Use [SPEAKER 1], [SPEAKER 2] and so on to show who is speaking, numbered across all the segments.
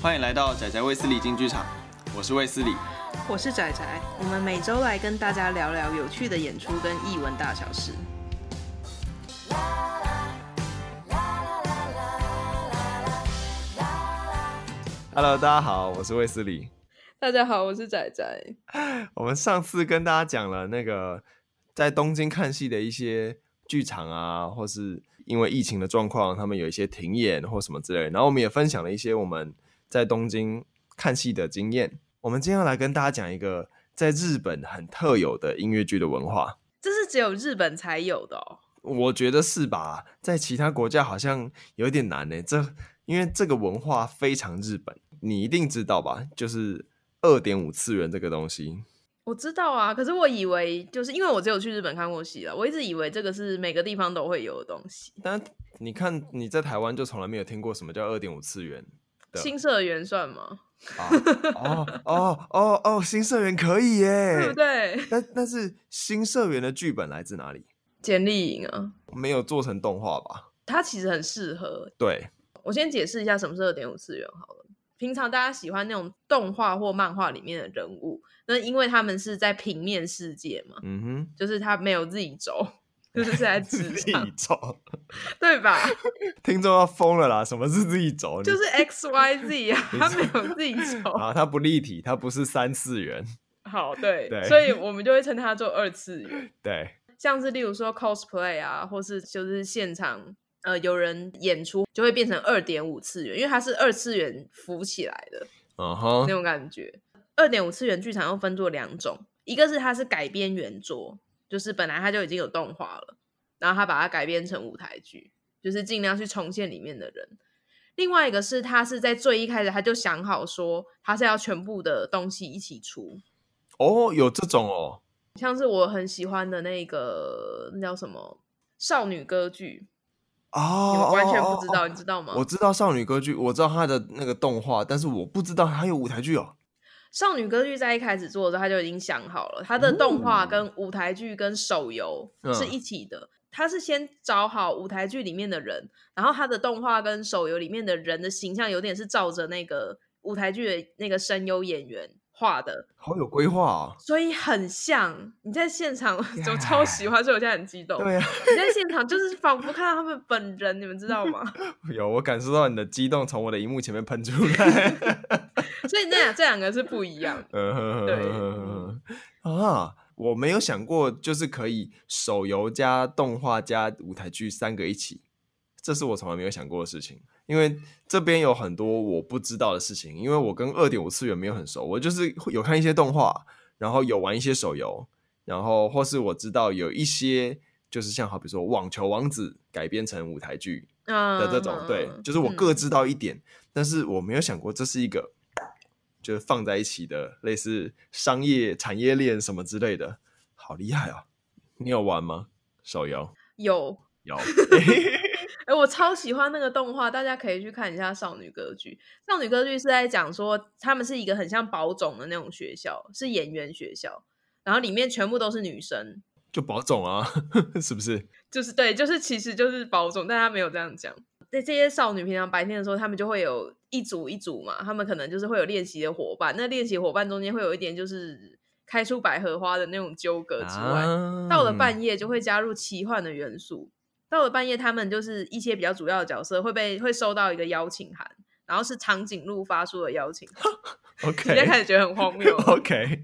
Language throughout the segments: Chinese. [SPEAKER 1] 欢迎来到仔仔卫斯理进剧场，我是卫斯理。
[SPEAKER 2] 我是仔仔，我们每周来跟大家聊聊有趣的演出跟艺文大小事。
[SPEAKER 1] Hello，大家好，我是卫斯理。
[SPEAKER 2] 大家好，我是仔仔。
[SPEAKER 1] 我们上次跟大家讲了那个在东京看戏的一些剧场啊，或是因为疫情的状况，他们有一些停演或什么之类的。然后我们也分享了一些我们在东京看戏的经验。我们今天要来跟大家讲一个在日本很特有的音乐剧的文化。
[SPEAKER 2] 这是只有日本才有的哦。
[SPEAKER 1] 我觉得是吧？在其他国家好像有点难呢、这因为这个文化非常日本，你一定知道吧？就是二点五次元这个东西。
[SPEAKER 2] 我知道啊，可是我以为就是因为我只有去日本看过戏了，我一直以为这个是每个地方都会有的东西。
[SPEAKER 1] 但你看你在台湾就从来没有听过什么叫二点五次元的
[SPEAKER 2] 新社员算吗？
[SPEAKER 1] 啊！哦哦哦哦，新社员可以
[SPEAKER 2] 对
[SPEAKER 1] 耶
[SPEAKER 2] 不。对？
[SPEAKER 1] 但但是新社员的剧本来自哪里？
[SPEAKER 2] 简历营啊，
[SPEAKER 1] 没有做成动画吧？
[SPEAKER 2] 它其实很适合。
[SPEAKER 1] 对，
[SPEAKER 2] 我先解释一下什么是二点五次元好了。平常大家喜欢那种动画或漫画里面的人物，那因为他们是在平面世界嘛，
[SPEAKER 1] 嗯哼，
[SPEAKER 2] 就是他没有 Z 轴，就是是在纸
[SPEAKER 1] 自己
[SPEAKER 2] 上，
[SPEAKER 1] 轴，
[SPEAKER 2] 对吧？
[SPEAKER 1] 听众要疯了啦！什么是自己轴？你
[SPEAKER 2] 就是 X Y Z 啊，
[SPEAKER 1] 你
[SPEAKER 2] 它没有 Z 轴。
[SPEAKER 1] 啊，它不立体，它不是三次元。
[SPEAKER 2] 好，对，
[SPEAKER 1] 对
[SPEAKER 2] 所以我们就会称它做二次元，
[SPEAKER 1] 对，
[SPEAKER 2] 像是例如说 cosplay 啊，或是就是现场呃有人演出，就会变成二点五次元，因为它是二次元浮起来的
[SPEAKER 1] 嗯哼
[SPEAKER 2] 那，种感觉。二点五次元剧场又分作两种，一个是它是改编原作，就是本来它就已经有动画了，然后它把它改编成舞台剧，就是尽量去重现里面的人。另外一个是他是在最一开始他就想好说他是要全部的东西一起出，
[SPEAKER 1] 哦，有这种哦，
[SPEAKER 2] 像是我很喜欢的那个那叫什么少女歌剧，你
[SPEAKER 1] 哦，
[SPEAKER 2] 们完全不知
[SPEAKER 1] 哦。哦
[SPEAKER 2] 道，你知道吗
[SPEAKER 1] 哦？我知道少女歌剧，我知道它的那个动画，但是我不知道还有舞台剧哦。
[SPEAKER 2] 少女歌剧在一开始做的时候，他就已经想好了，他的动画跟舞台剧跟手游
[SPEAKER 1] 哦嗯
[SPEAKER 2] 是一起的。他是先找好舞台剧里面的人，然后他的动画跟手游里面的人的形象有点是照着那个舞台剧的那个声优演员画的，
[SPEAKER 1] 好有规划哦。
[SPEAKER 2] 所以很像。你在现场 我超喜欢，所以我现在很激动。
[SPEAKER 1] 对啊，
[SPEAKER 2] 你在现场就是仿佛看到他们本人，你们知道吗？
[SPEAKER 1] 有我感受到你的激动从我的荧幕前面喷出来。
[SPEAKER 2] 所以那两这两个是不一样的。
[SPEAKER 1] 嗯，啊，我没有想过，就是可以手游加动画加舞台剧三个一起，这是我从来没有想过的事情。因为这边有很多我不知道的事情，因为我跟二点五次元没有很熟，我就是会有看一些动画，然后有玩一些手游，然后或是我知道有一些就是像好比说网球王子改编成舞台剧，
[SPEAKER 2] 嗯
[SPEAKER 1] 的这种，对，就是我
[SPEAKER 2] 嗯
[SPEAKER 1] 各知道一点，但是我没有想过这是一个就是放在一起的，类似商业产业链什么之类的，好厉害哦！你有玩吗？手游
[SPEAKER 2] 有
[SPEAKER 1] 有，
[SPEAKER 2] 哎、我超喜欢那个动画，大家可以去看一下《少女歌剧》。《少女歌剧》是在讲说，他们是一个很像保种的那种学校，是演员学校，然后里面全部都是女生，
[SPEAKER 1] 就保种啊， 是不是？
[SPEAKER 2] 就是对，就是其实就是保种，但他没有这样讲。在这些少女平常白天的时候，她们就会有一组一组嘛，她们可能就是会有练习的伙伴，那练习伙伴中间会有一点就是开出百合花的那种纠葛之外，
[SPEAKER 1] 啊
[SPEAKER 2] 到了半
[SPEAKER 1] 夜，
[SPEAKER 2] 夜就会加入奇幻的元素。到了半夜，他们就是一些比较主要的角色会被会收到一个邀请函，然后是长颈鹿发出的邀请函，你在开
[SPEAKER 1] OK
[SPEAKER 2] 始觉得很荒谬 了，
[SPEAKER 1] OK，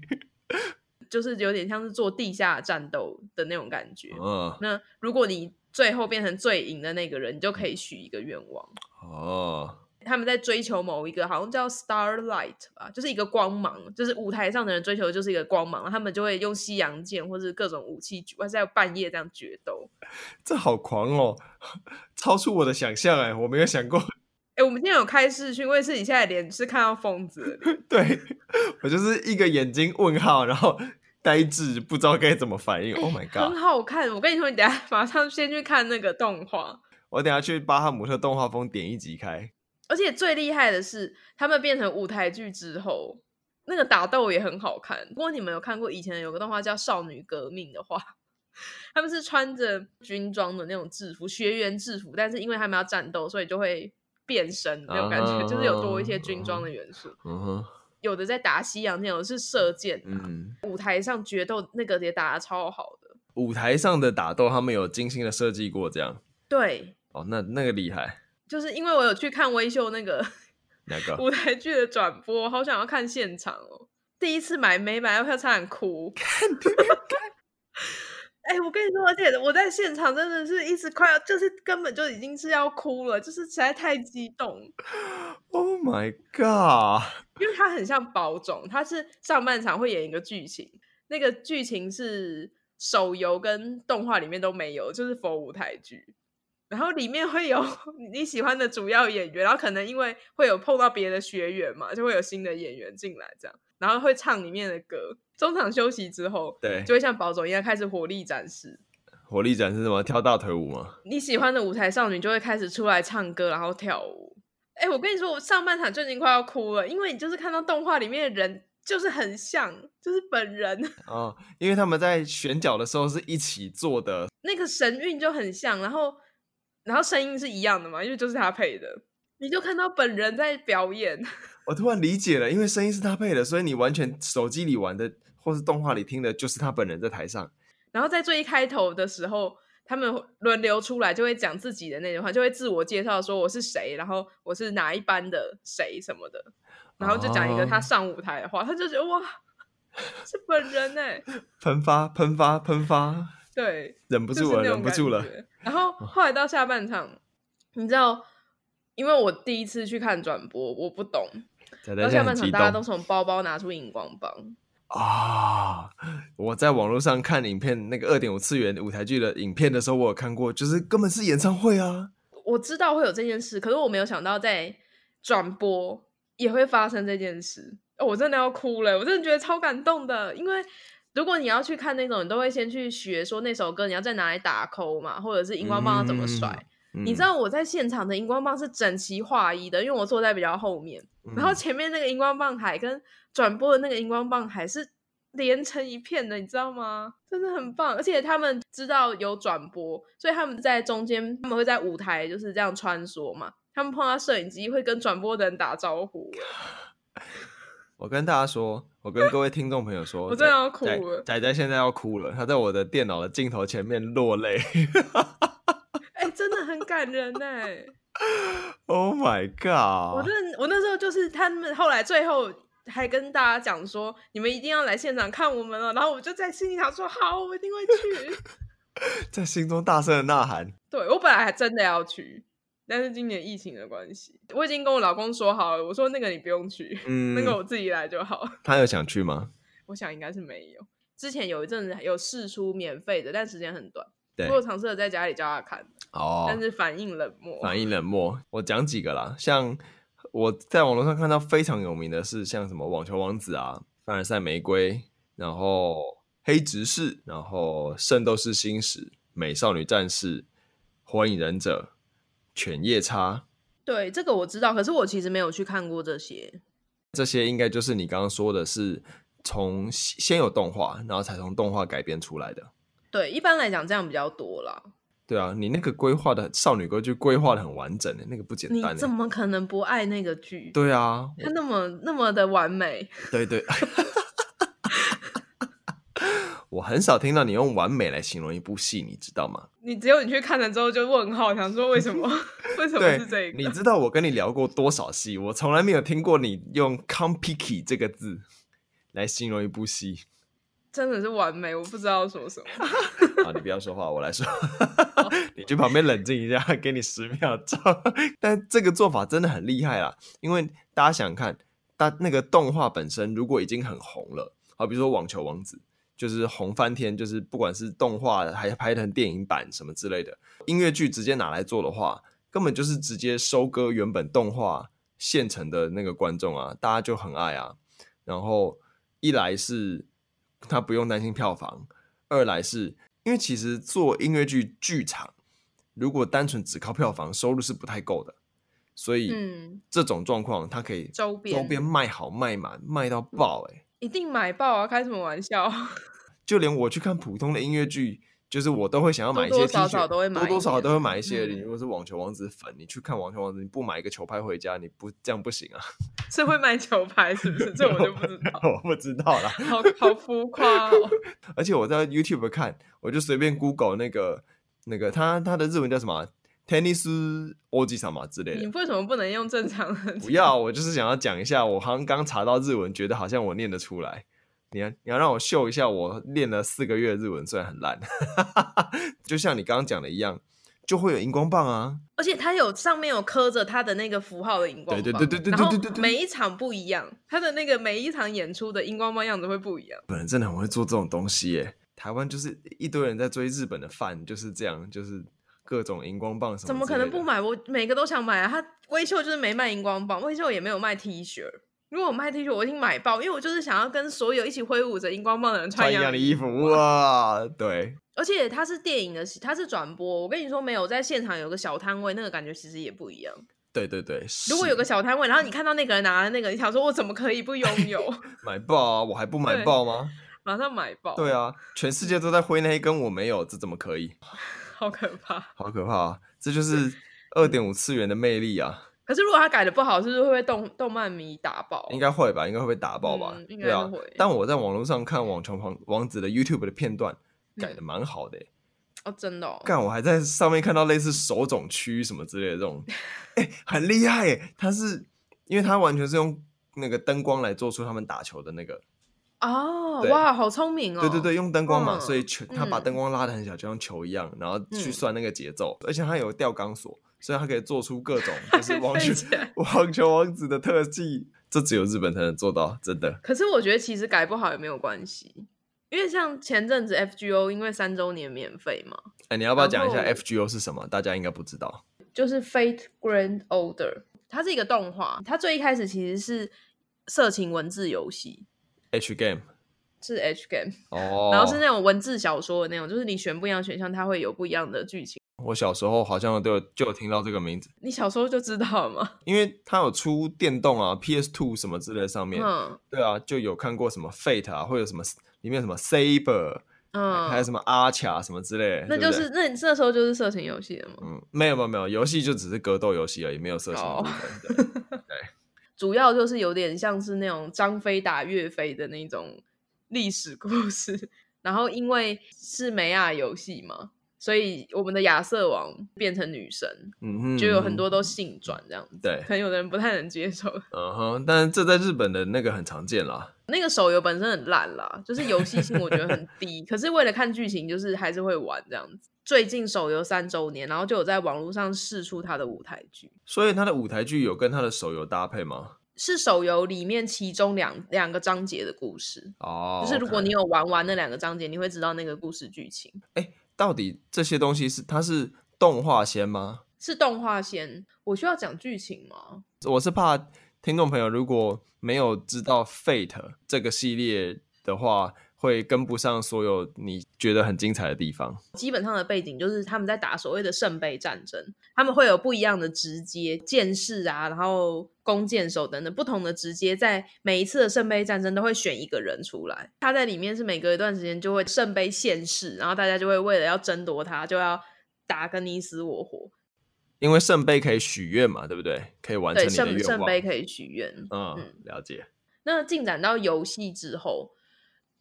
[SPEAKER 2] 就是有点像是做地下战斗的那种感觉。
[SPEAKER 1] 嗯
[SPEAKER 2] 那如果你最后变成最赢的那个人，你就可以许一个愿望。
[SPEAKER 1] 哦，
[SPEAKER 2] 他们在追求某一个，好像叫 starlight 吧，就是一个光芒，就是舞台上的人追求的就是一个光芒，他们就会用西洋剑或是各种武器，或是在半夜这样决斗。
[SPEAKER 1] 这好狂哦，超出我的想象哎，我没有想过
[SPEAKER 2] 哎、我们今天有开视讯，卫视你现在脸是看到疯子了脸
[SPEAKER 1] 对我就是一个眼睛问号，然后呆滞，不知道该怎么反应。Oh my
[SPEAKER 2] 很
[SPEAKER 1] god！
[SPEAKER 2] 好看。我跟你说，你等一下马上先去看那个动画。
[SPEAKER 1] 我等下去巴哈姆特动画风点一集开。
[SPEAKER 2] 而且最厉害的是，他们变成舞台剧之后，那个打斗也很好看。如果你们有看过以前有个动画叫《少女革命》的话， 他们是穿着军装的那种制服，学员制服，但是因为他们要战斗，所以就会变身那种感觉，就是有多一些军
[SPEAKER 1] 啊
[SPEAKER 2] 装的元素。
[SPEAKER 1] 嗯哼，
[SPEAKER 2] 有的在打西洋剑，有的是射箭、啊，
[SPEAKER 1] 嗯，
[SPEAKER 2] 舞台上决斗那个也打的超好的。
[SPEAKER 1] 舞台上的打斗他们有精心的设计过，这样
[SPEAKER 2] 对，
[SPEAKER 1] 哦，那那个厉害，
[SPEAKER 2] 就是因为我有去看微秀那个
[SPEAKER 1] 哪个？
[SPEAKER 2] 舞台剧的转播，好想要看现场哦。第一次买没买到票，差点哭。 哎、我跟你说，而且我在现场真的是一直快要，就是根本就已经是要哭了，就是实在太激动了。
[SPEAKER 1] Oh my god！
[SPEAKER 2] 因为它很像宝冢，它是上半场会演一个剧情，那个剧情是手游跟动画里面都没有，就是佛舞台剧。然后里面会有 你喜欢的主要演员，然后可能因为会有碰到别的学员嘛，就会有新的演员进来这样，然后会唱里面的歌。中场休息之后，
[SPEAKER 1] 对
[SPEAKER 2] 就，会像宝总一样开始火力展示。
[SPEAKER 1] 火力展是什么？跳大腿舞吗？
[SPEAKER 2] 你喜欢的舞台少女就会开始出来唱歌，然后跳舞。哎、我跟你说，我上半场就已经快要哭了，因为你就是看到动画里面的人就是很像，就是本人
[SPEAKER 1] 哦，因为他们在选角的时候是一起做的，
[SPEAKER 2] 那个神韵就很像，然后然后声音是一样的嘛，因为就是他配的，你就看到本人在表演。
[SPEAKER 1] 我突然理解了，因为声音是他配的，所以你完全手机里玩的或是动画里听的，就是他本人在台上。
[SPEAKER 2] 然后在最一开头的时候，他们会轮流出来就会讲自己的那句话，就会自我介绍说我是谁，然后我是哪一班的谁什么的，然后就讲一个他
[SPEAKER 1] 哦
[SPEAKER 2] 上舞台的话，他就觉得哇，是本人哎、
[SPEAKER 1] 喷发，喷发，喷发，
[SPEAKER 2] 对，
[SPEAKER 1] 忍不
[SPEAKER 2] 就是
[SPEAKER 1] 住了，
[SPEAKER 2] 那
[SPEAKER 1] 忍
[SPEAKER 2] 种
[SPEAKER 1] 不
[SPEAKER 2] 感
[SPEAKER 1] 住了。哦
[SPEAKER 2] 觉。然后后来到下半场，你知道，因为我第一次去看转播，我不懂。
[SPEAKER 1] 仔
[SPEAKER 2] 到
[SPEAKER 1] 仔现在
[SPEAKER 2] 下半
[SPEAKER 1] 很
[SPEAKER 2] 场，
[SPEAKER 1] 激
[SPEAKER 2] 大家都
[SPEAKER 1] 动
[SPEAKER 2] 从包包拿出荧光棒，
[SPEAKER 1] 啊！我在网络上看影片，那个二点五次元舞台剧的影片的时候，我有看过，就是根本是演唱会啊！
[SPEAKER 2] 我知道会有这件事，可是我没有想到在转播也会发生这件事。哦、我真的要哭了，我真的觉得超感动的。因为如果你要去看那种，你都会先去学说那首歌你要在哪里打扣嘛，或者是荧光棒要怎么甩。你知
[SPEAKER 1] 嗯，
[SPEAKER 2] 道我在现场的荧光棒是整齐划一的，因为我坐在比较后面，然后
[SPEAKER 1] 嗯
[SPEAKER 2] 前面那个荧光棒台跟转播的那个荧光棒台是连成一片的，你知道吗？真的很棒，而且他们知道有转播，所以他们在中间，他们会在舞台就是这样穿梭嘛。他们碰到摄影机会跟转播的人打招呼，哎
[SPEAKER 1] 我跟大家说，我跟各位听众朋友说，
[SPEAKER 2] 我真的要哭
[SPEAKER 1] 仔
[SPEAKER 2] 了
[SPEAKER 1] 仔仔现在要哭了，他在我的电脑的镜头前面落泪。
[SPEAKER 2] 哎、真的很感人 哎、
[SPEAKER 1] Oh my
[SPEAKER 2] 我
[SPEAKER 1] god！
[SPEAKER 2] 那我那时候就是他们后来最后还跟大家讲说，你们一定要来现场看我们了。然后我就在心里想说，好，我一定会去。
[SPEAKER 1] 在心中大声的呐喊。
[SPEAKER 2] 对我本来还真的要去，但是今年疫情的关系，我已经跟我老公说好了，我说那个你不用去，
[SPEAKER 1] 嗯，
[SPEAKER 2] 那个我自己来就好。
[SPEAKER 1] 他有想去吗？
[SPEAKER 2] 我想应该是没有。之前有一阵子有试出免费的，但时间很短。
[SPEAKER 1] 对
[SPEAKER 2] 我有尝试着在家里教他看，
[SPEAKER 1] 哦，
[SPEAKER 2] 但是反应冷漠。
[SPEAKER 1] 反应冷漠。我讲几个啦，像我在网络上看到非常有名的是像什么网球王子啊、凡尔赛玫瑰，然后黑执事，然后圣斗士星矢、美少女战士、火影忍者、犬夜叉，
[SPEAKER 2] 对这个我知道，可是我其实没有去看过这些。
[SPEAKER 1] 这些应该就是你刚刚说的是从先有动画，然后才从动画改编出来的。
[SPEAKER 2] 对，一般来讲这样比较多啦。
[SPEAKER 1] 对啊，你那个规划的少女歌剧规划的很完整的，那个不简
[SPEAKER 2] 你
[SPEAKER 1] 单
[SPEAKER 2] 怎
[SPEAKER 1] 的。
[SPEAKER 2] 么可能不爱那个剧？
[SPEAKER 1] 对啊，
[SPEAKER 2] 它那么那么的完美，
[SPEAKER 1] 对对， 我很少听到你用完美来形容一部戏，你知道吗？
[SPEAKER 2] 你只有你去看了之后就问号，想说为什么？ 为什么
[SPEAKER 1] 对
[SPEAKER 2] 是这个？
[SPEAKER 1] 你知道我跟你聊过多少戏，我从来没有听过你用 “compiki” 这个字来形容一部 戏。
[SPEAKER 2] 真的是完美，我不知道说什么。
[SPEAKER 1] 啊，你不要说话，我来说。 你去旁边冷静一下，给你十秒钟。但这个做法真的很厉害啦，因为大家想想看，它那个动画本身如果已经很红了，好，比如说《网球王子》，就是红翻天，就是不管是动画还拍成电影版什么之类的，音乐剧直接拿来做的话，根本就是直接收割原本动画现成的那个观众啊，大家就很爱啊。然后一来是他不用担心票房，二来是因为其实做音乐剧剧场，如果单纯只靠票房收入是不太够的，所以
[SPEAKER 2] 嗯，
[SPEAKER 1] 这种状况它可以
[SPEAKER 2] 周边嗯
[SPEAKER 1] 周边卖好卖满卖到爆哎、
[SPEAKER 2] 一定买爆啊！开什么玩笑？
[SPEAKER 1] 就连我去看普通的音乐剧，就是我都会想要买一些
[SPEAKER 2] 多
[SPEAKER 1] T
[SPEAKER 2] 多少少
[SPEAKER 1] 恤，
[SPEAKER 2] 都会买
[SPEAKER 1] 多多
[SPEAKER 2] 一
[SPEAKER 1] 少少
[SPEAKER 2] 点
[SPEAKER 1] 都会买一些。
[SPEAKER 2] 嗯
[SPEAKER 1] 你如果是网球王子粉，你去看网球王子，你不买一个球拍回家，你不这样不行啊！
[SPEAKER 2] 是会卖球拍是 不是？这我就不知道，
[SPEAKER 1] 我不知道啦，
[SPEAKER 2] 好好浮夸 哦。
[SPEAKER 1] 而且我在 YouTube 看，我就随便 Google 那个那个他他的日文叫什么啊，tennis o g 什么之类
[SPEAKER 2] 你
[SPEAKER 1] 的。
[SPEAKER 2] 为什么不能用正常的？
[SPEAKER 1] 不要，我就是想要讲一下，我好像刚查到日文，觉得好像我念得出来。你要你要让我秀一下，我练了四个月日文，虽然很烂， 就像你刚刚讲的一样，就会有荧光棒啊。
[SPEAKER 2] 而且它有上面有刻着它的那个符号的荧光棒，
[SPEAKER 1] 对对对对对
[SPEAKER 2] 然后
[SPEAKER 1] 对对对对
[SPEAKER 2] 每一场不一样，它的那个每一场演出的荧光棒样子会不一样。
[SPEAKER 1] 日本人真的很会做这种东西耶。台湾就是一堆人在追日本的饭，就是这样，就是各种荧光棒什么。
[SPEAKER 2] 怎么可能不？买？我每个都想买啊！它微秀就是没卖荧光棒，微秀也没有卖 T 恤。如果我卖 T 恤，我一定买爆，因为我就是想要跟所有一起挥舞着荧光棒的人
[SPEAKER 1] 穿
[SPEAKER 2] 一
[SPEAKER 1] 一样
[SPEAKER 2] 样
[SPEAKER 1] 的
[SPEAKER 2] 的
[SPEAKER 1] 衣
[SPEAKER 2] 衣
[SPEAKER 1] 服。哇，对，
[SPEAKER 2] 而且它是电影的，它是转播。我跟你说，没有在现场有个小摊位，那个感觉其实也不一样。
[SPEAKER 1] 对对对。
[SPEAKER 2] 如果有个
[SPEAKER 1] 是
[SPEAKER 2] 小摊位，然后你看到那个人拿的那个，你想说我怎么可以不拥 有？
[SPEAKER 1] 买爆啊，我还不买
[SPEAKER 2] 对
[SPEAKER 1] 爆吗？
[SPEAKER 2] 马上买爆！
[SPEAKER 1] 对，啊，全世界都在挥那一根，我没有，这怎么可以？
[SPEAKER 2] 好可怕。
[SPEAKER 1] 好可怕啊！这就是二
[SPEAKER 2] 嗯
[SPEAKER 1] 点五次元的魅力啊，
[SPEAKER 2] 可是如果他改的不好，是不是会被动动漫迷打爆？
[SPEAKER 1] 应该会吧？应该会被打爆吧？
[SPEAKER 2] 哦嗯应该
[SPEAKER 1] 对啊
[SPEAKER 2] 会。
[SPEAKER 1] 但我在网络上看网球王王子的 YouTube 的片段，改的蛮好的耶、
[SPEAKER 2] 哦，真的、嗯哦。
[SPEAKER 1] 干，我还在上面看到类似手冢区什么之类的这 种，哎、很厉害耶！他是因为他完全是用那个灯光来做出他们打球的那个，
[SPEAKER 2] 哦，
[SPEAKER 1] 对
[SPEAKER 2] 哇，好聪明哦！
[SPEAKER 1] 对对对，，用灯光嘛，
[SPEAKER 2] 嗯
[SPEAKER 1] 所以球他把
[SPEAKER 2] 嗯
[SPEAKER 1] 灯光拉的很小，就像球一样，然后去
[SPEAKER 2] 嗯
[SPEAKER 1] 算那个节奏，而且他有吊钢索，所以他可以做出各种 就是网球
[SPEAKER 2] 费钱
[SPEAKER 1] 网球王子的特技，这只有日本才能做到，真的。
[SPEAKER 2] 可是我觉得其实改不好也没有关系，因为像前阵子 FGO 因为三周年免费嘛，
[SPEAKER 1] 哎、你要不要讲一下
[SPEAKER 2] 然后
[SPEAKER 1] FGO 是什么？大家应该不知道。
[SPEAKER 2] 就是 Fate Grand Order，它是一个动画，它最一开始其实是色情文字游戏，
[SPEAKER 1] H game
[SPEAKER 2] 是 H game，、
[SPEAKER 1] 哦，
[SPEAKER 2] 然后是那种文字小说的那种，就是你选不一样的选项，它会有不一样的剧情。
[SPEAKER 1] 我小时候好像都有就有听到这个名字。
[SPEAKER 2] 你小时候就知道了吗？
[SPEAKER 1] 因为它有出电动啊、PS Two 什么之类的上面，
[SPEAKER 2] 嗯
[SPEAKER 1] 对啊，就有看过什么 Fate 啊，或者什么里面有什么 Saber，、还有
[SPEAKER 2] 嗯，
[SPEAKER 1] 什么阿卡什么之类的，
[SPEAKER 2] 那
[SPEAKER 1] 对
[SPEAKER 2] 就
[SPEAKER 1] 不对
[SPEAKER 2] 是那你那时候就是色情游戏了嘛。
[SPEAKER 1] 嗯，没有没有没有，游戏就只是格斗游戏而已，没有色情
[SPEAKER 2] 哦
[SPEAKER 1] 的部分。对
[SPEAKER 2] 主要就是有点像是那种张飞打岳飞的那种历史故事。然后因为是美亚游戏嘛，所以我们的亚瑟王变成女神，
[SPEAKER 1] 嗯哼，
[SPEAKER 2] 就有很多都性转这样子。
[SPEAKER 1] 对
[SPEAKER 2] 可能有的人不太能接受。
[SPEAKER 1] 嗯哼，但是这在日本的那个很常见啦。
[SPEAKER 2] 那个手游本身很烂啦，就是游戏性我觉得很 低，可是为了看剧情，就是还是会玩这样子。最近手游三周年，然后就有在网络上试出它的舞台剧，
[SPEAKER 1] 所以它的舞台剧有跟它的手游搭配吗？
[SPEAKER 2] 是手游里面其中两两个章节的故事。
[SPEAKER 1] 哦，
[SPEAKER 2] 就是如果
[SPEAKER 1] OK
[SPEAKER 2] 你有玩完那两个章节，你会知道那个故事剧情
[SPEAKER 1] 到底这些东西是它是动画先吗？
[SPEAKER 2] 是动画先。我需要讲剧情吗？
[SPEAKER 1] 我是怕听众朋友如果没有知道 Fate 这个系列的话，会跟不上所有你觉得很精彩的地方。
[SPEAKER 2] 基本上的背景就是他们在打所谓的圣杯战争，他们会有不一样的直接剑士啊，然后弓箭手等等不同的直接，在每一次的圣杯战争都会选一个人出来，他在里面是每隔一段时间就会圣杯现世，然后大家就会为了要争夺他，就要打个你死我活，
[SPEAKER 1] 因为圣杯可以许愿嘛，对不对？可以完成
[SPEAKER 2] 对
[SPEAKER 1] 你的
[SPEAKER 2] 圣
[SPEAKER 1] 愿
[SPEAKER 2] 圣
[SPEAKER 1] 望。
[SPEAKER 2] 杯可以许愿，
[SPEAKER 1] 嗯
[SPEAKER 2] 嗯，
[SPEAKER 1] 了解。
[SPEAKER 2] 那进展到游戏之后，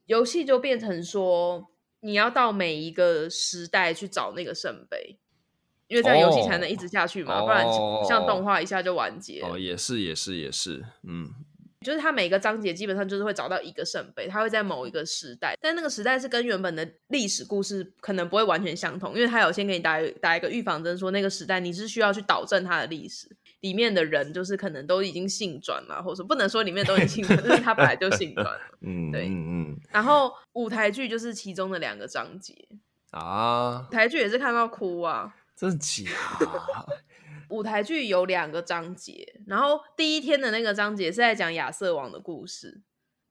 [SPEAKER 2] 游戏就变成说你要到每一个时代去找那个圣杯，因为这样游戏才能一直下去嘛，
[SPEAKER 1] 哦
[SPEAKER 2] 不然像动画一下就完结了。
[SPEAKER 1] 哦，也是，也是，也是。嗯，
[SPEAKER 2] 就是它每个章节基本上就是会找到一个圣杯，它会在某一个时代，但那个时代是跟原本的历史故事可能不会完全相同，因为它有先给你打打一个预防针，说那个时代你是需要去导正它的历史。里面的人就是可能都已经性转了，或者说不能说里面都已经性转，但是他本来就性转了。
[SPEAKER 1] 嗯，
[SPEAKER 2] 对
[SPEAKER 1] 嗯嗯
[SPEAKER 2] 然后舞台剧就是其中的两个章节，
[SPEAKER 1] 啊
[SPEAKER 2] 舞，台剧也是看到哭啊。
[SPEAKER 1] 真的假？
[SPEAKER 2] 舞台剧有两个章节，然后第一天的那个章节是在讲亚瑟王的故事，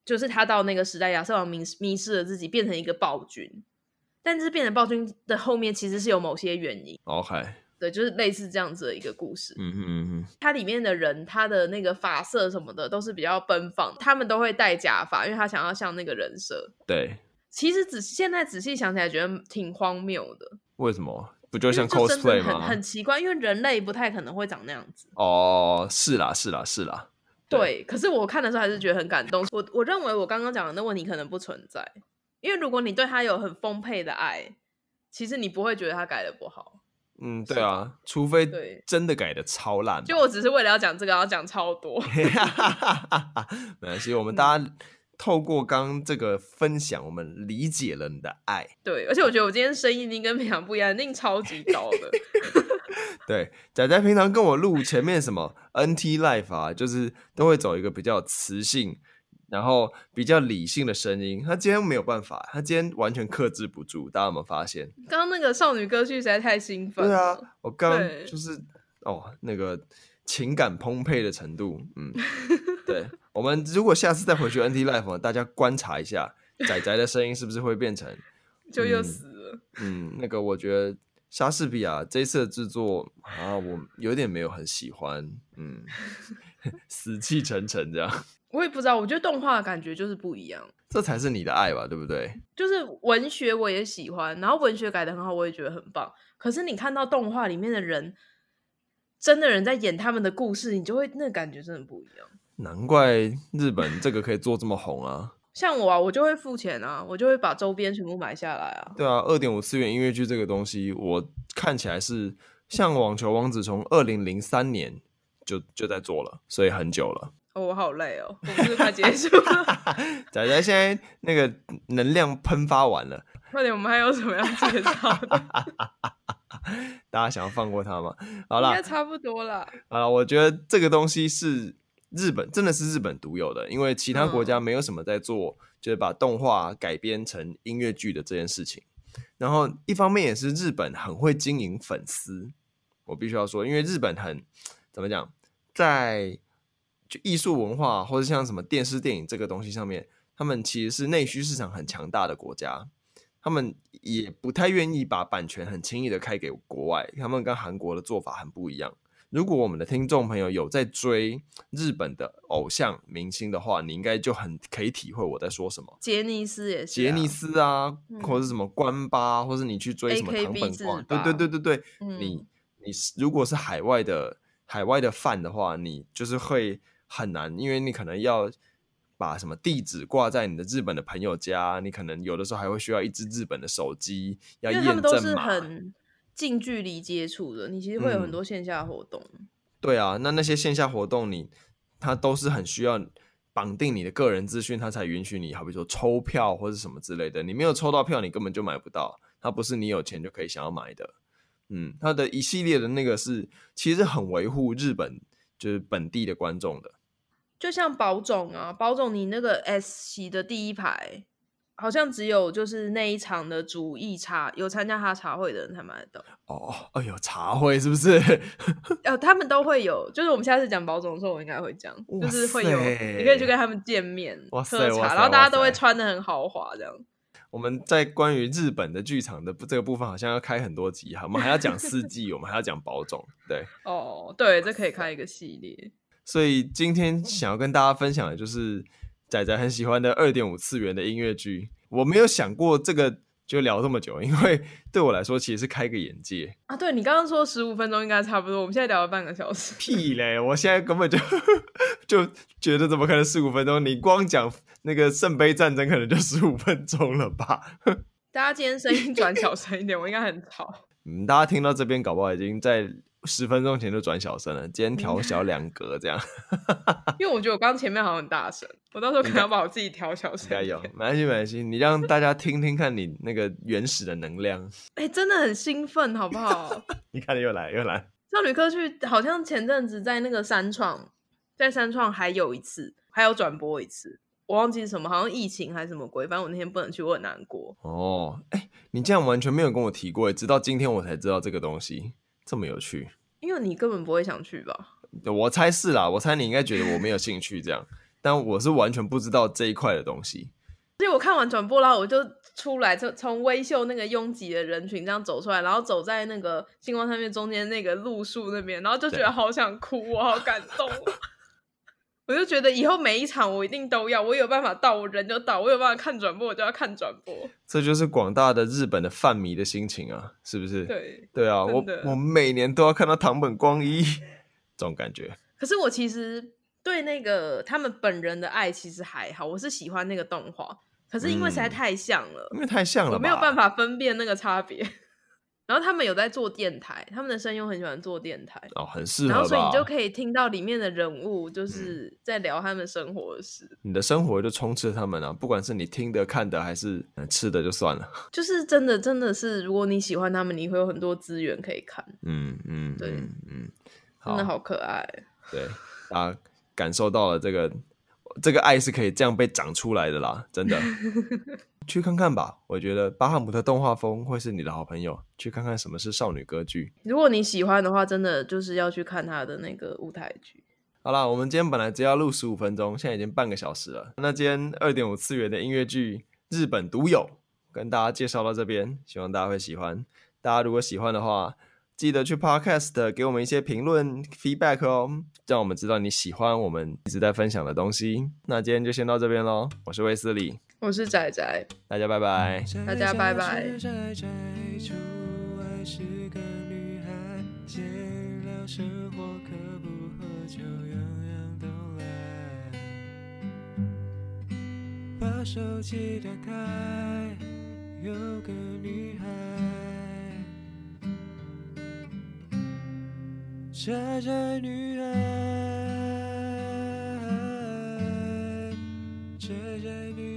[SPEAKER 2] 就是他到那个时代，亚瑟王迷迷失了自己，变成一个暴君。但是变成暴君的后面其实是有某些原因，
[SPEAKER 1] OK，
[SPEAKER 2] 对，就是类似这样子的一个故事。
[SPEAKER 1] 哦嗯哼嗯哼，
[SPEAKER 2] 它里面的人，他的那个发色什么的都是比较奔放，他们都会戴假发，因为他想要像那个人设。
[SPEAKER 1] 对，
[SPEAKER 2] 其实仔现在仔细想起来，觉得挺荒谬的，
[SPEAKER 1] 为什么？不就
[SPEAKER 2] 因为
[SPEAKER 1] 像
[SPEAKER 2] 就真的
[SPEAKER 1] cosplay
[SPEAKER 2] 很
[SPEAKER 1] 吗
[SPEAKER 2] 很？奇怪，因为人类不太可能会长那样子。
[SPEAKER 1] 哦，是啦，是啦，是啦。对
[SPEAKER 2] 对，可是我看的时候还是觉得很感动。我我认为我刚刚讲的那问题可能不存在，因为如果你对他有很丰沛的爱，其实你不会觉得他改的不好。
[SPEAKER 1] 嗯，
[SPEAKER 2] 是
[SPEAKER 1] 对啊，除非
[SPEAKER 2] 对
[SPEAKER 1] 真的改的超烂吧。
[SPEAKER 2] 就我只是为了要讲这个，要讲超多。
[SPEAKER 1] 没关系，我们大家透过刚刚这个分享，我们理解了你的爱。
[SPEAKER 2] 对，而且我觉得我今天声音一定跟平常不一样，一定超级高的。
[SPEAKER 1] 对，仔仔平常跟我录前面什 么 NT Life 啊，就是都会走一个比较磁性，然后比较理性的声音。他今天没有办法，他今天完全克制不住，大家有没有发现？
[SPEAKER 2] 刚刚那个少女歌剧实在太兴奋
[SPEAKER 1] 对
[SPEAKER 2] 了。
[SPEAKER 1] 啊，我刚刚
[SPEAKER 2] 对
[SPEAKER 1] 就是哦，那个情感澎湃的程度， 嗯，对。我们如果下次再回去 NT Life，大家哦观察一下仔仔的声音是不是会变成
[SPEAKER 2] 就又
[SPEAKER 1] 嗯
[SPEAKER 2] 死了。
[SPEAKER 1] 嗯，那个我觉得莎士比亚这一次的制作啊，我有点没有很喜欢，嗯， 死气沉沉这样，
[SPEAKER 2] 我也不知道，我觉得动画的感觉就是不一样。
[SPEAKER 1] 这才是你的爱吧，对不对？
[SPEAKER 2] 就是文学我也喜欢，然后文学改的很好，我也觉得很棒。可是你看到动画里面的人，真的人在演他们的故事，你就会那个感觉真的不一样。
[SPEAKER 1] 难怪日本这个可以做这么红啊！
[SPEAKER 2] 像我啊，我就会付钱啊，我就会把周边全部买下来啊。
[SPEAKER 1] 对啊，二点五次元音乐剧这个东西，我看起来是像《网球王子》从二零零三年就就在做了，所以很久了。
[SPEAKER 2] 哦，我好累哦，我们是不是快结束 了？
[SPEAKER 1] 仔仔现在那个能量喷发完了，
[SPEAKER 2] 快点，我们还有什么要介绍的？
[SPEAKER 1] 大家想要放过他吗？好
[SPEAKER 2] 应
[SPEAKER 1] 啦
[SPEAKER 2] 该，差不多啦。
[SPEAKER 1] 好了，我觉得这个东西是日本，真的是日本独有的，因为其他国家没有什么在做，就是把动画改编成音乐剧的这件事情。然后一方面也是日本很会经营粉丝，我必须要说，因为日本很怎么讲，在就艺术文化或者像什么电视电影这个东西上面，他们其实是内需市场很强大的国家，他们也不太愿意把版权很轻易的开给国外，他们跟韩国的做法很不一样。如果我们的听众朋友有在追日本的偶像明星的话，你应该就很可以体会我在说什么。
[SPEAKER 2] 杰尼斯也是、啊，
[SPEAKER 1] 杰尼斯啊，
[SPEAKER 2] 嗯
[SPEAKER 1] 或者什么关八，或是你去追什么
[SPEAKER 2] AKB
[SPEAKER 1] 唐本光，
[SPEAKER 2] 制
[SPEAKER 1] 对
[SPEAKER 2] 霸
[SPEAKER 1] 对对对对，
[SPEAKER 2] 嗯
[SPEAKER 1] 你你是如果是海外的海外的饭的话，你就是会很难，因为你可能要把什么地址挂在你的日本的朋友家，你可能有的时候还会需要一只日本的手机，要
[SPEAKER 2] 因为他
[SPEAKER 1] 验
[SPEAKER 2] 们都
[SPEAKER 1] 证
[SPEAKER 2] 是
[SPEAKER 1] 码。
[SPEAKER 2] 很近距离接触的，你其实会有
[SPEAKER 1] 嗯
[SPEAKER 2] 很多线下活动。
[SPEAKER 1] 对啊，那那些线下活动你，它都是很需要绑定你的个人资讯，它才允许你，好比说抽票或是什么之类的。你没有抽到票，你根本就买不到，它不是你有钱就可以想要买的。嗯，它的一系列的那个是其实很维护日本就是本地的观众的。
[SPEAKER 2] 就像保总啊，保总你那个 S 席的第一排，好像只有就是那一场的主议茶有参加他茶会的人才买 得到。
[SPEAKER 1] 哦，哎呦，茶会是不是？
[SPEAKER 2] 呃，他们都会有，就是我们下次讲保总的时候，我应该会讲，
[SPEAKER 1] 哇
[SPEAKER 2] 就是会有，
[SPEAKER 1] 塞
[SPEAKER 2] 你可以去跟他们见面
[SPEAKER 1] 哇
[SPEAKER 2] 喝
[SPEAKER 1] 塞
[SPEAKER 2] 茶，
[SPEAKER 1] 哇塞
[SPEAKER 2] 然后大
[SPEAKER 1] 哇
[SPEAKER 2] 家都会
[SPEAKER 1] 塞
[SPEAKER 2] 穿的很豪华这样。
[SPEAKER 1] 我们在关于日本的剧场的这个部分，好像要开很多集哈，我们还要讲四季，我们还要讲保种，对。
[SPEAKER 2] 哦，对，这可以开一个系列。
[SPEAKER 1] 所以今天想要跟大家分享的就是仔仔很喜欢的二点五次元的音乐剧。我没有想过这个就聊这么久，因为对我来说其实是开个眼界。
[SPEAKER 2] 啊，对你刚刚说十五分钟应该差不多，我们现在聊了半个小时。
[SPEAKER 1] 屁嘞！我现在根本就就觉得怎么可能十五分钟？你光讲那个圣杯战争可能就十五分钟了吧？
[SPEAKER 2] 大家今天声音转小声一点，我应该很吵。
[SPEAKER 1] 嗯，大家听到这边搞不好已经在十分钟前就转小声了，今天调小两格这样。
[SPEAKER 2] 因为我觉得我刚刚前面好像很大声，我到时候可能要把我自己调 小声
[SPEAKER 1] 加
[SPEAKER 2] 一
[SPEAKER 1] 油，
[SPEAKER 2] 点。
[SPEAKER 1] 没关系没关系，你让大家听听看你那个原始的能量。
[SPEAKER 2] 哎、真的很兴奋，好不好？
[SPEAKER 1] 你看又来又来。
[SPEAKER 2] 少女科去好像前阵子在那个三创，在三创还有一次，还有转播一次，我忘记是什么，好像疫情还是什么鬼，反正我那天不能去，我很难过。
[SPEAKER 1] 哦，哎、你这样完全没有跟我提过，直到今天我才知道这个东西这么有趣。
[SPEAKER 2] 因为你根本不会想去吧？
[SPEAKER 1] 我猜是啦，我猜你应该觉得我没有兴趣这样，但我是完全不知道这一块的东西。
[SPEAKER 2] 所以我看完转播，然后我就出来，就从微秀那个拥挤的人群这样走出来，然后走在那个星光三月中间那个路树那边，然后就觉
[SPEAKER 1] 对
[SPEAKER 2] 得好想哭，我好感动哦。 我就觉得以后每一场我一定都要，我有办法到，我人就到；我有办法看转播，我就要看转播。
[SPEAKER 1] 这就是广大的日本的饭迷的心情啊，是不是？
[SPEAKER 2] 对，
[SPEAKER 1] 对啊，我
[SPEAKER 2] 真的
[SPEAKER 1] 我每年都要看到堂本光一这种感觉。
[SPEAKER 2] 可是我其实对那个他们本人的爱其实还好，我是喜欢那个动画，可是因为实
[SPEAKER 1] 嗯
[SPEAKER 2] 在太像了，
[SPEAKER 1] 因为太像了，
[SPEAKER 2] 我没有办
[SPEAKER 1] 法。
[SPEAKER 2] 法分辨那个差别。然后他们有在做电台，他们的声优很喜欢做电台，
[SPEAKER 1] 哦，很适合
[SPEAKER 2] 然
[SPEAKER 1] 吧？嗯
[SPEAKER 2] 后所以你就可以听到里面的人物就是在聊他们生活的事，
[SPEAKER 1] 你的生活就充斥着他们啊，不管是你听的、看的，还是呃吃的，就算了。
[SPEAKER 2] 就是真的真的是，如果你喜欢他们，你会有很多资源可以看，
[SPEAKER 1] 嗯嗯，
[SPEAKER 2] 对
[SPEAKER 1] 嗯嗯，
[SPEAKER 2] 真的好可爱。
[SPEAKER 1] 对，大家感受到了这个这个爱是可以这样被长出来的啦，真的。去看看吧，我觉得巴哈姆特动画风会是你的好朋友。去看看什么是少女歌剧。
[SPEAKER 2] 如果你喜欢的话，真的就是要去看他的那个舞台剧。
[SPEAKER 1] 好啦，我们今天本来只要录十五分钟，现在已经半个小时了。那今天二点五次元的音乐剧《日本独有》跟大家介绍到这边，希望大家会喜欢。大家如果喜欢的话，记得去 Podcast 给我们一些评论 feedback 哦，让我们知道你喜欢我们一直在分享的东西。那今天就先到这边喽，我是卫斯理，
[SPEAKER 2] 我是仔仔，
[SPEAKER 1] 大家拜拜。
[SPEAKER 3] 大家拜拜。生活可不喝酒，样样都来。把手机打开，有个女孩，宅宅女孩，宅宅女孩。